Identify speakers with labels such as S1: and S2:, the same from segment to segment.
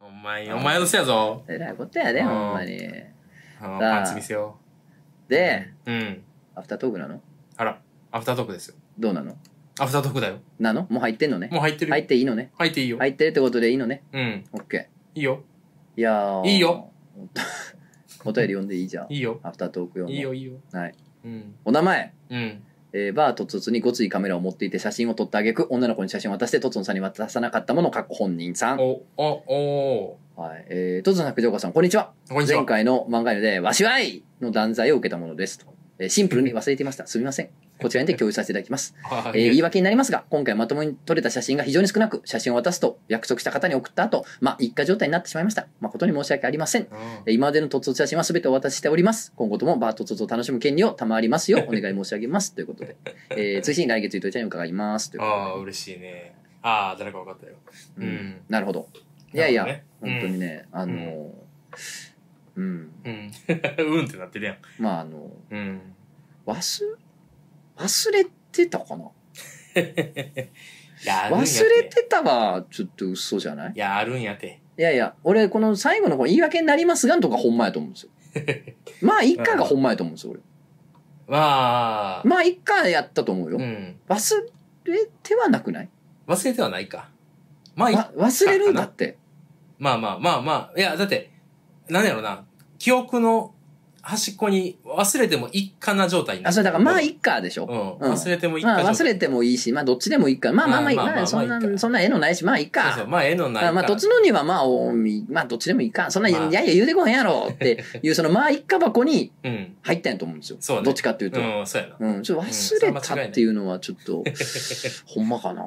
S1: お前、お前のせやぞ。
S2: えらいことやで、
S1: うん
S2: ほんまに。
S1: あの
S2: さあ
S1: パンツ見せよ
S2: で、
S1: う。うん。
S2: アフタートークなの
S1: あら、アフタートークですよ。
S2: どうなの
S1: アフタートークだよ。
S2: なのもう入ってんのね
S1: もう入ってるよ。
S2: 入っていいのね
S1: 入っていいよ。
S2: 入ってるってことでいいのね
S1: うん。
S2: オッケ
S1: いいよ。
S2: ー。いやー
S1: いいよ。
S2: お便り読んでいいじゃん。
S1: いいよ。
S2: アフタートーク用の
S1: いいよ、いいよ。
S2: はい。
S1: うん。
S2: お名前、
S1: うん。
S2: えーバー突にごついカメラを持っていて写真を撮ってあげく女の子に写真を渡してトツノさんに渡さなかったものかっこ本人さん、
S1: お、お、お
S2: はいえー、トツノさん九条子さんこんにちは
S1: ー。こんにちは
S2: 前。回の漫画で「わしわい!」の断罪を受けたものですと、えーシンプルに忘れていましたすみませんこちらにて共有させていただきます
S1: あ
S2: えー言い訳になりますが、今回まともに撮れた写真が非常に少なく、写真を渡すと約束した方に送った後、まあ、一過状態になってしまいました。誠に申し訳ありません。
S1: うん
S2: えー今までの突出写真は全てお渡ししております。今後ともバートツを楽しむ権利を賜りますよ うお願い申し上げます。ということで、えー、 追伸来月ゆとりちゃんに伺います。というこ
S1: あー、嬉しいね。ああ、誰か分かったよ。
S2: と
S1: う
S2: で、
S1: ん。
S2: なるほど。いやいや、
S1: なるほどね
S2: 本当にね、あのー
S1: う
S2: うん、
S1: ん。うん うんってなってるやん。
S2: まあ、あの
S1: うん。
S2: 忘、忘れてたかない
S1: や、あるんや
S2: 忘れてたは、ちょっと嘘じゃない
S1: いや、あるんやて。
S2: いやいや、俺、この最後のこの言い訳になりますがんとかほんまやと 思うんですよ。まあ、一回がほんまやと思うんですよ、俺。
S1: まあ、
S2: まあ、一回やったと思うよ。
S1: うん。
S2: 忘れてはなくない、
S1: 忘れてはないか。まあ、い
S2: わ忘れるんだって。
S1: まあまあまあまあ。いや、だって、なんやろな。記憶の端っこに忘れても一貫な状態にな
S2: あ、
S1: る
S2: それだから、まあ、一回でし
S1: う
S2: ょ。
S1: ん。
S2: うん
S1: 忘れても一
S2: ま
S1: 貫
S2: あ、忘れてもいいし、まあ、どっちでもいいから。まあまあまあ、
S1: まあまあ
S2: まあそん
S1: まあまあいい
S2: な、
S1: か
S2: そんな絵のないし、まあいい
S1: そうそう
S2: か。
S1: まあ、絵のない
S2: まあ、まあ、とつのにはまあ、おみ、まあ、どっちでもいいか。そんな、い
S1: まあ
S2: やいや言うてこへんやろって いう、その、まあ、一回箱に
S1: うん。
S2: 入ったんやと思うんですよ。
S1: そうね
S2: どっちかっていうと。
S1: うん、そうやな。
S2: うん、ちょっと忘れたっていうのはちょ っと、ほんまかな。
S1: い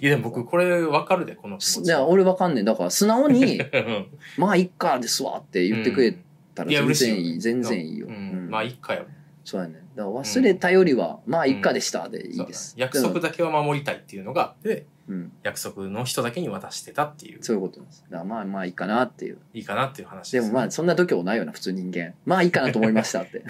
S1: や、でも僕、これわかるで、この気持ち。
S2: じゃあ俺わかんねえ。だから素 直に、
S1: うん
S2: まあいっかですわって言ってくれたら
S1: いや
S2: 全
S1: 嬉しいよ
S2: 然いい。全然いいよ。
S1: う。
S2: うんん
S1: まあ、一回やもん
S2: そうやね。だから忘れたよりは、まあいっかでしたでい
S1: そ
S2: いうで
S1: だ
S2: す。
S1: 約束だけは守りたいっていうのがあって、
S2: うん。
S1: 約束の人だけに渡してたっていう、
S2: そういうことなんです。だからまあまあいいかなっていう。
S1: いいかなっていう話
S2: でもまあそんな度胸ないよな、普通人間。まあいいかなと思いました って。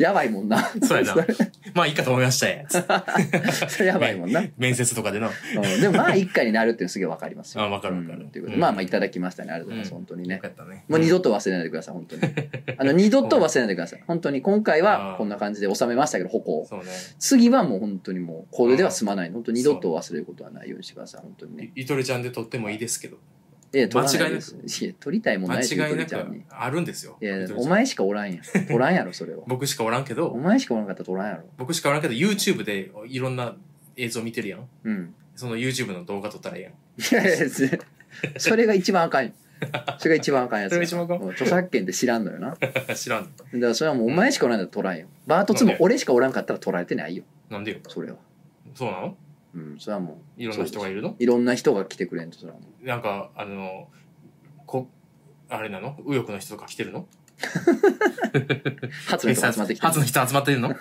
S2: やばいもんな。
S1: そうやな
S2: れ
S1: まあ、いいかと思いましたよ。つって
S2: それやばいもんな。
S1: 面接とかでな。
S2: うんでもまあいっかになるっていうのすげえわかりますよ。
S1: あわかるわかる
S2: うんというこ
S1: う
S2: とで、
S1: ん
S2: まあまあいただきましたね。ありがとうございます。
S1: うん
S2: 本当にね
S1: よ。かったね。
S2: もう二度と忘れないでください、本 当に。あの、二度と忘れないでください。本当に。今回は
S1: あー
S2: こんな感じで収めましたけど、歩行。
S1: そうね。
S2: 次はもう本当にもう、これでは済まない。本当に二度と忘れることはないようにしてください、本当にね。
S1: いゆとりちゃんで撮ってもいいですけど、
S2: いや、取ら
S1: 間
S2: な
S1: 違い
S2: いで
S1: な
S2: す。いや、取りたいもんな
S1: 間
S2: いです、ゆ
S1: 違
S2: と
S1: いな
S2: り
S1: く
S2: ちゃんに。
S1: あるんですよ。
S2: い
S1: ゆ、
S2: や
S1: とりちゃん
S2: お前しかおらんやん。 取らんやろ、それは。
S1: 僕しかおらんけ
S2: お
S1: ど、
S2: 前しかおらんかったら取らんやろ。
S1: 僕しかおらんけど、YouTube でいろんな映像見てるやん。
S2: うん。
S1: その YouTube の動画撮ったらええやん。
S2: いやい や、別にそれが一番あかんよ。それが一番あかんやつや。
S1: それが一番あかん
S2: うん著作権って知らんのよな。だ か
S1: 知らん。
S2: らそれはもうお前しかおらんやったら取らんよ。バートツも俺しかおらんかったら取られてないよ。
S1: なんでよ。
S2: それは。
S1: そうなの
S2: うん、それはもう。
S1: いろんな人がいるの
S2: いろんな人が来てくれんとそれはも
S1: なんか、あの、こ、あれなの右翼の人とか来てるの
S2: う初の人が集まってきて
S1: 初の人集まってるの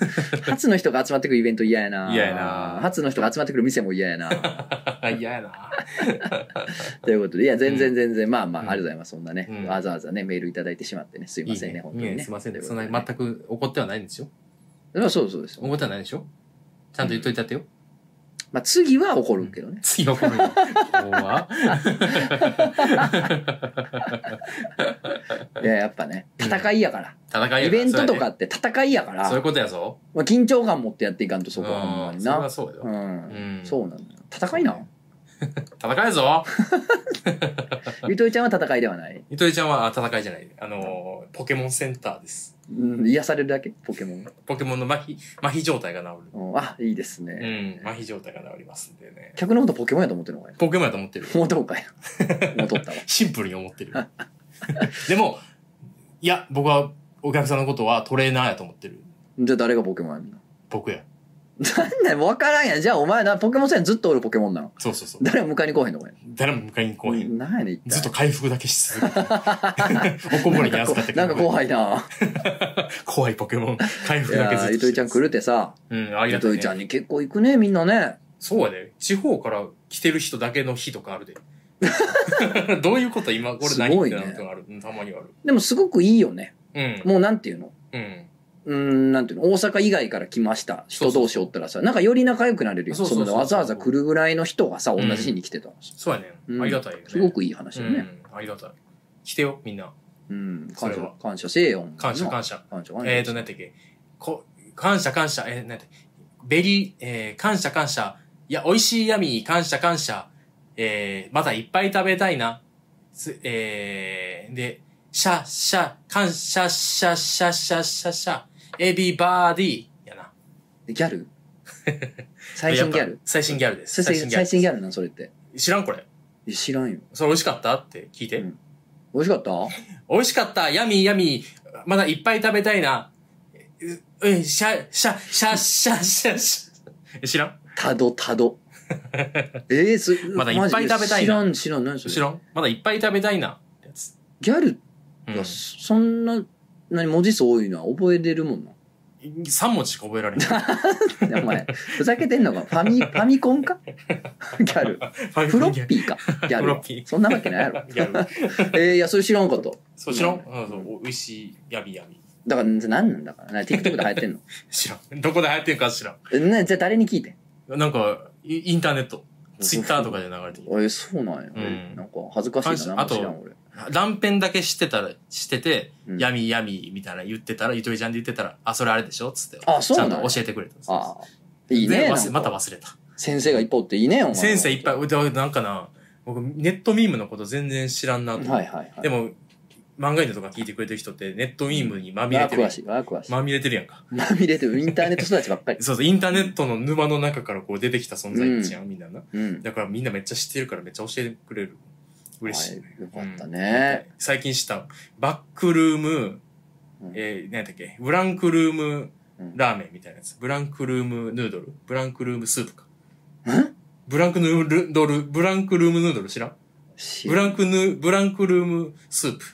S2: 初の人が集まってくるイベント嫌やな
S1: 嫌やな
S2: 初の人が集まってくる店も嫌やな
S1: 嫌 やな。
S2: ということでいや全
S1: う
S2: 然全然、まあまああ
S1: うん
S2: りがとうございますそんなね、
S1: うん
S2: わざわざねメールいただいてしまってねすいませんね本当にね
S1: いいすいません
S2: と
S1: ね。
S2: いうこ
S1: そん
S2: と
S1: な
S2: で
S1: に
S2: ね
S1: 全く怒ってはないんですよ。
S2: そうそうです、
S1: 怒ってはないでしょちゃんと言っといたってよ。
S2: まあ、次は怒るけどね、
S1: 次怒 るよ。怖
S2: いややっぱね
S1: うん
S2: 戦いやから、
S1: 戦いや
S2: イ
S1: から
S2: ベントとかって戦いやから
S1: そういうことやぞ。
S2: まあ、緊張感持ってやっていかんとそこはほんま
S1: う
S2: に
S1: んそれ
S2: な
S1: はそう
S2: う
S1: よ。
S2: ん、
S1: うん
S2: そうなんだよ戦いなの
S1: 戦いぞ
S2: ゆとりちゃんは戦いではない、
S1: ゆとりちゃんはあ戦いじゃない。あのー、ポケモンセンターです。
S2: うん、癒されるだけポケモンが、
S1: ポケモンの麻痺、麻痺状態が治
S2: うん、あいいですね、
S1: る。うん。麻痺状態が治りますんでね。
S2: 客のことポケモンやと思ってるの かい
S1: ポケモンやと思ってる。
S2: もうどうかいもう取ったわ。
S1: シンプルに思ってる。 でも、いや、僕はお客さんのことはトレーナーやと思ってる。
S2: じゃあ誰がポケモンやんの
S1: 僕や。
S2: なんだよ、もう分からんやん。じゃあお前な、ポケモン戦ずっとおるポケモンなの。
S1: そうそうそう。
S2: 誰も迎えに来おへんのこれ。
S1: 誰も迎えに来おへん。
S2: なんやねん、一体
S1: ずっと回復だけし続けて。 おこぼれに預かってく
S2: な
S1: る
S2: んか怖 いな。
S1: 怖いポケモン。回
S2: い
S1: 復だけずっ
S2: やー
S1: と
S2: ゆとりちゃん来るってさ、
S1: うん、あり
S2: ゆ
S1: がと
S2: と
S1: う、
S2: り
S1: ね
S2: ち。ゃんに結構行くね、みんなね。
S1: そうやで。地方から来てる人だけの日とかあるで。 どういうこと今、これ
S2: す
S1: 何
S2: ご
S1: っ
S2: い
S1: て
S2: ね
S1: なるとかある。うんたまにはある。
S2: でもすごくいいよね。
S1: うん。
S2: もうなんていうの
S1: うん。
S2: うーん、なんていうの、大阪以外から来ました人同士おったらさ、なんかより仲良くなれるよ。
S1: そうそう
S2: そ
S1: そう
S2: のわざわざ来るぐらいの人がさ、同じ日に来てたのさ
S1: そうやね、
S2: うん
S1: ん。ありがたいよね。
S2: すごくいい話よね。
S1: うん。ありがたい。来てよ、みんな。
S2: うん、
S1: そ
S2: 感
S1: れ
S2: 謝
S1: は、
S2: 感謝せえよ。
S1: 感謝、
S2: な
S1: 感謝。
S2: 感謝、感謝。
S1: えー、と、なんてっけ。こ、感謝、感謝。えー、なんて。ベリー、えー、感謝、感謝。いや、美味しいヤミー、感謝、感謝。えー、またいっぱい食べたいな。す、えー、で、シャ、シャ、感謝、シャ、シャ、シャ、シャ、シャ、エビバーディー。やな。
S2: ギ ャル最新ギャ
S1: やっ
S2: ル
S1: ぱ最新ギャルです。
S2: 最新最新ギ
S1: ャ
S2: ャルなんそれって。
S1: ル。知らんこれ。
S2: え知らんよ。
S1: それ美味しかったって聞いて。
S2: うん美味しかった
S1: 美味しかった、ヤミーヤミー、まだいっぱい食べたいな。え、えシャ、シャ、シャ、シャ、シャ、シャ。え知らん
S2: たど たど。えー、す、
S1: まだいっぱい食べたいな
S2: マジで知らん、知らん、何それ。
S1: 知らんまだいっぱい食べたいな。ってやつ。
S2: ギャル
S1: う
S2: がそんな、何文字数多いのは覚えれるもんな。
S1: ん、3文字しか覚えられない。
S2: お 前、ふざけてんのかファミ、ファミコンか ギ ャル。フロッピーかギャ
S1: フロッ
S2: ル。
S1: ピー。
S2: そんなわけないやろ。
S1: ギャル。
S2: えー、いや、それ知らんかった。
S1: そう、知らんうん、そう、美味しい、ヤミーヤミー。
S2: だから、何なんだから。な TikTok で流行ってんの
S1: 知らん。どこで流行ってるか知らん。
S2: え。な、じゃあ誰に聞いてん
S1: なんか、イインターネット、ツイッターとかで流れてきて。
S2: え、そうなんや。
S1: うん
S2: なんか、恥ずかしいな。なんか知ら
S1: あ
S2: ん、俺。
S1: 断片だけ知ってたら、してて、
S2: うん
S1: ヤミーヤミーみたいな言ってたら、ゆとりちゃんで言ってたら、あ、それあれでしょつって。
S2: あそう
S1: ち
S2: な
S1: ゃ
S2: ん
S1: ん
S2: や
S1: と教えてくれた。
S2: ああ。いい
S1: で忘
S2: ね。
S1: れ
S2: なんか
S1: また忘れた。
S2: 先生がいっぱいおっていいね、お前。
S1: 先生いっぱい、でなんかな、僕、ネットミームのこと全然知らんなと。
S2: はいはいはい。
S1: でも、漫画犬とか聞いてくれてる人って、ネットミームにまみ
S2: あ
S1: れ
S2: あ
S1: てる
S2: 詳。しい、ああ詳しい。
S1: まみれてるやんか。
S2: まみれてる、インターネット育ちば っかり。
S1: そうそう、インターネットの沼の中からこう出てきた存在じゃん、みんなな。
S2: うん。
S1: だからみんなめっちゃ知ってるからめっちゃ教えてくれる。嬉しい。
S2: はいよかったね。
S1: うん最近知った、バックルーム
S2: うん、
S1: えー、何やったっけ、ブランクルーム
S2: うん
S1: ラーメンみたいなやつ。ブランクルームヌードルブランクルームスープか。
S2: ん
S1: ブランクヌードル、ブランクルームヌードル知らん
S2: し
S1: ブランクヌー、ブランクルームスープ。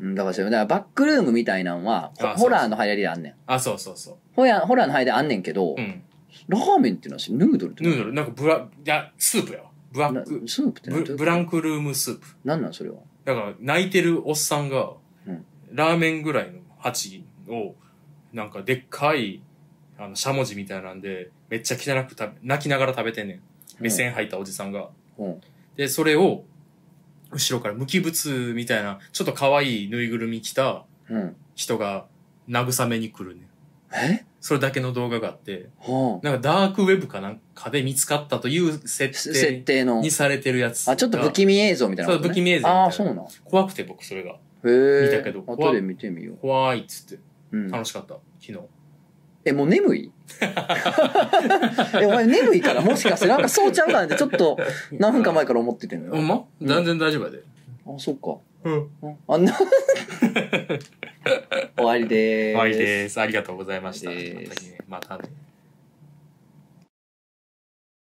S2: うんだからそれだからバックルームみたいなんは、
S1: あそう
S2: ホラーの流行りであんねん。
S1: あ、そうそうそ
S2: ホラーホラーの流行りであんねんけど、
S1: う。うん。
S2: ラーメンっていうのはヌードルって
S1: ヌ
S2: な
S1: ードル、なんかブラ、いや、スープやわ。ブラッ
S2: な
S1: ク、
S2: スープってなん
S1: ブブランクルームスープ。
S2: なんなんそれは。
S1: だから、泣いてるおっさんが、
S2: うん
S1: ラーメンぐらいの鉢を、なんかでっかい、あの、しゃもじみたいなんで、めっちゃ汚く食べ、泣きながら食べてんねん。目線入ったおじさんが。
S2: うん。
S1: で、それを、後ろから無機物みたいな、ちょっと可愛いぬいぐるみ着た
S2: うん。
S1: 人が慰めに来るねん。
S2: え
S1: それだけの動画があって、
S2: はあ。
S1: なんかダークウェブかなんかで見つかったという設
S2: す設
S1: 定
S2: 定の
S1: に。されてるやつが。
S2: あ、ちょっと不気味映像みたいなことね。
S1: そう不気味映像みたいな
S2: ああ、そうなん。へ
S1: 怖くて僕それが。
S2: え。
S1: 見たけど
S2: 後で見てみよ
S1: 怖いっつって。
S2: う。うん。
S1: 楽しかった。昨日。
S2: え、もう眠い え、お前眠いからもしかしてなんかそうちゃうかなってちょっと何分か前から思っててんの
S1: ほん
S2: よ。
S1: ま
S2: うん
S1: 全然大丈夫やで。
S2: あ、そっか。
S1: うん。
S2: うんあんな。 終わりでーす。
S1: 終わりです。ありがとうございました。
S2: です
S1: またね。またね